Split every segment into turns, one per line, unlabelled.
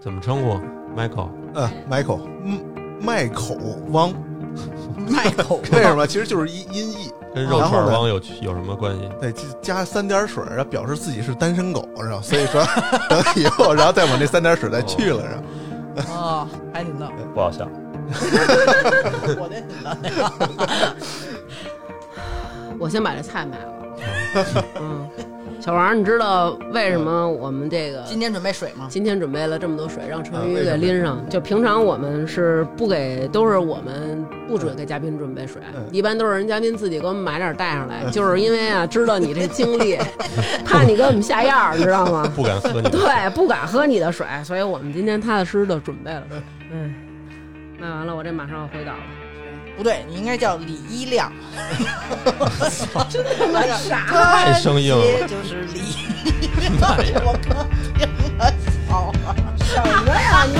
怎么称呼？Michael，
呃，Michael，嗯，麦口 汪，
麦口
为什么？其实就是音音译，
跟肉
然后
串
呢
汪有有什么关系？
对，就加三点水，然后表示自己是单身狗，是吧？所以 说等以后，然后再往那三点水再去了，是吧？
哦，还挺逗，
不好笑。
我那挺逗。
我先把这菜买了。嗯，小王，你知道为什么我们这个
今天准备水吗？
今天准备了这么多水，让成
啊为
宇
什么
给拎上。就平常我们是不给，都是我们不准给嘉宾准备水，
嗯
一般都是人嘉宾自己给我们买点带上来。就是因为啊，知道你这经历， 怕你给我们下药儿，你知道吗？
不敢
嗯
喝你们。
对，不敢喝你的水，所以我们今天踏踏实实的准备了水。嗯，卖完了，我这马上要回岛了。
不对，你应该叫李一亮。 真的他妈傻，
太生硬了
就是李一亮，我靠，这么操啊！
什么呀你？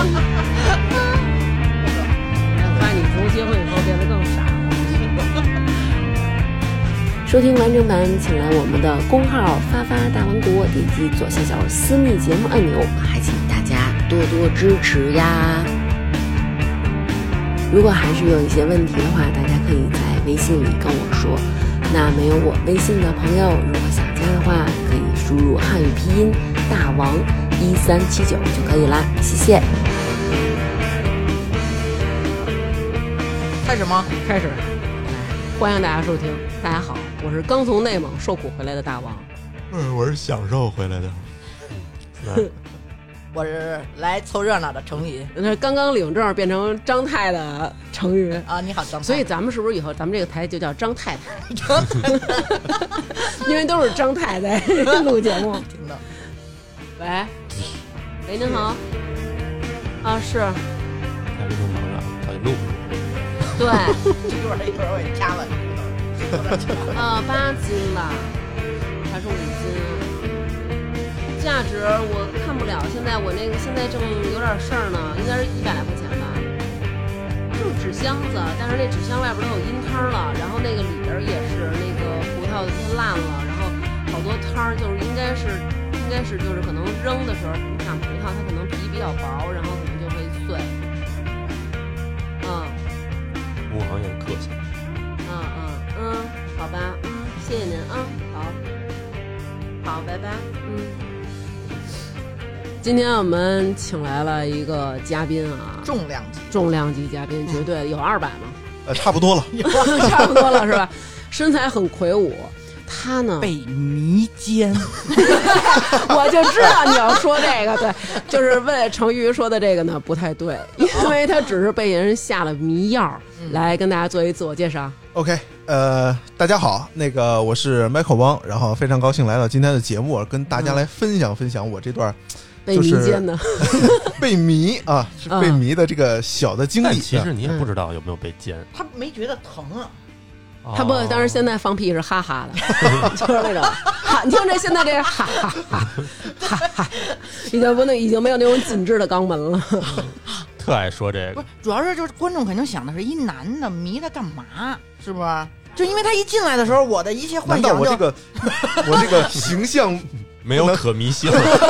我发现你从结婚以后变得更傻了。
收听完整版，请来我们的公号“发发大王国”，点击左下角私密节目按钮，还请大家多多支持呀！如果还是有一些问题的话，大家可以在微信里跟我说。那没有我微信的朋友，如果想加的话，可以输入汉语拼音“大王一三七九”就可以啦。谢谢。
开始吗？
开始，欢迎大家收听。大家好，我是刚从内蒙受苦回来的大王。
嗯，我是享受回来的。
我是来凑热闹的程宇
那刚刚领证变成张太的成语，
啊，你好，张太
所以咱们是不是以后咱们这个台就叫张太 太？因为都是张太太录节目。
听到
喂，喂，您好。啊，是
还是弄不了，得录。
对，
一会儿一会儿我也掐了你。
呃，八斤吧，还是五斤？啊价值我看不了，现在我那个现在正有点事儿呢，应该是一百来块钱吧。就是纸箱子，但是那纸箱外边都有阴摊儿了，然后那个里边儿也是那个葡萄它烂了，然后好多摊儿就是应该是应该是就是可能扔的时候，你想葡萄它可能皮比较薄，然后可能就会碎。嗯。
木好像有客气，
嗯嗯嗯，好吧，嗯，谢谢您啊，好，好，拜拜，嗯。今天我们请来了一个嘉宾啊，
重量级，
重量级嘉宾，绝 对有二百吗？
呃，差不多 了，
差不多了是吧？ 身材很魁梧，他 呢，
被迷奸，
我就知道你要说这个，对，就是为成瑜说的这个呢不太对，因为他只是被人下了迷药，来跟大家做一自我介绍。
OK，呃，大家好，那个我是 Michael 汪，然后非常高兴来到今天的节目，跟大
嗯
家来分享分享我这 段
被迷奸的，
被迷啊，是被迷的这个小的
嗯
经
但
历。啊
其实
嗯
你也不知道有没有被奸。
他没觉得疼啊？
他不
哦，
但是现在放屁是哈哈 的，就是那种哈，你听这现在这哈哈哈哈哈哈，已经不那已经没有那种紧致的肛门了。
特爱说这
不
个
是，，主要是就是观众肯定想的是一男的迷他干嘛？是不是？就因为他一进来的时候，我的一切幻
难道
想
我这
就
个我这个形象
没有可迷 性。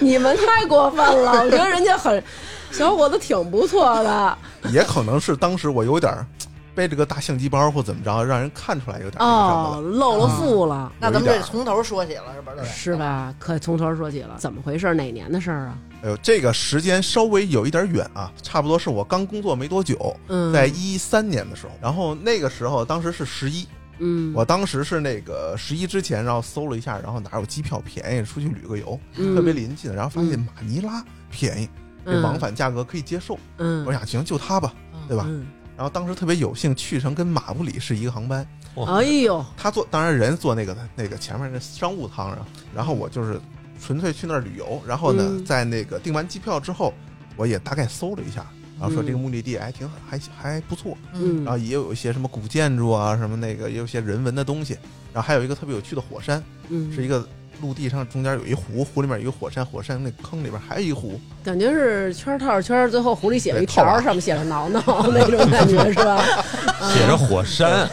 你们太过分 了，我觉得人家很小伙子挺不错的
也可能是当时我有点儿背着个大相机包或怎么着，让人看出来有点儿那什么了。，
哦露了富了。
那咱们
有一
这
点啊
从头说起了，是不是？
是吧？可从头说起了，怎么回事？哪年的事儿啊？
哎呦，这个时间稍微有一点远啊，差不多是我刚工作没多久，
嗯，
在一三年的时候，然后那个时候当时是十一，
嗯，
我当时是那个十一之前，然后搜了一下，然后哪有机票便宜，出去旅个游，
嗯
特别临近，然后发现马尼拉便宜，这往返价格可以接受，
嗯，
我想行就它吧，对吧？
嗯
然后当时特别有幸去成跟马布里是一个航班，
哇
哎呦，
他坐当然人坐那个那个前面那商务舱上，然后我就是纯粹去那儿旅游，然后呢，
嗯
在那个订完机票之后，我也大概搜了一下，然后说
嗯
这个目的地还挺好还还不错，
嗯
然后也有一些什么古建筑啊，什么那个也有一些人文的东西，然后还有一个特别有趣的火山，
嗯，
是一个陆地上中间有一湖，湖里面有一个火山，火山那坑里边还有一湖，
感觉是圈儿套着圈儿，最后狐狸写了一
对套
条
啊
儿，上面写着“挠挠”那种感觉是 吧？
嗯
写着火山，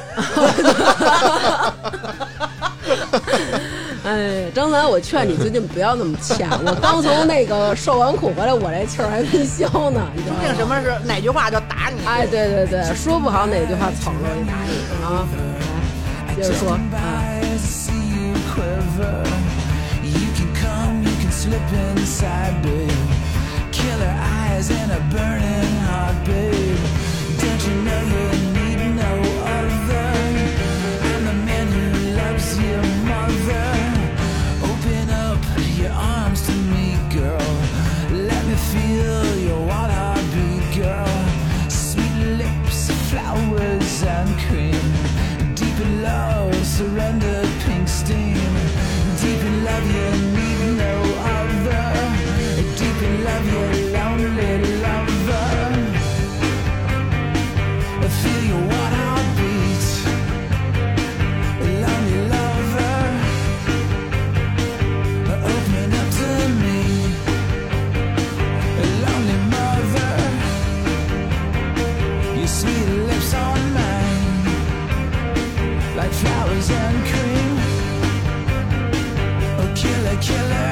哎，张楠，我劝你最近不要那么欠。我刚从那个受完苦回来，我这气儿还没消呢，你知道吗
说不定什？么是哪句话就打
啊
你。
哎，对对对，说不好哪句话草率打你啊！来，接着说啊，
I see you quiver. You can come, you can slip inside, babe. Killer eyes and a burning heart, babe. Don't you know you need no other? I'm the man who loves your mother. Open up your arms to me, girl. Let me feel your wild heartbeat, girl. Sweet lips, flowers and cream. Deep in love, surrender, pink steam. Deep in love, you need no other. Deep in love, you're lonely lover. Feel your one heartbeat. Lonely lover. Open up to me. Lonely mother. Your sweet lips on mine, like flowers and cream. Oh, killer, killer.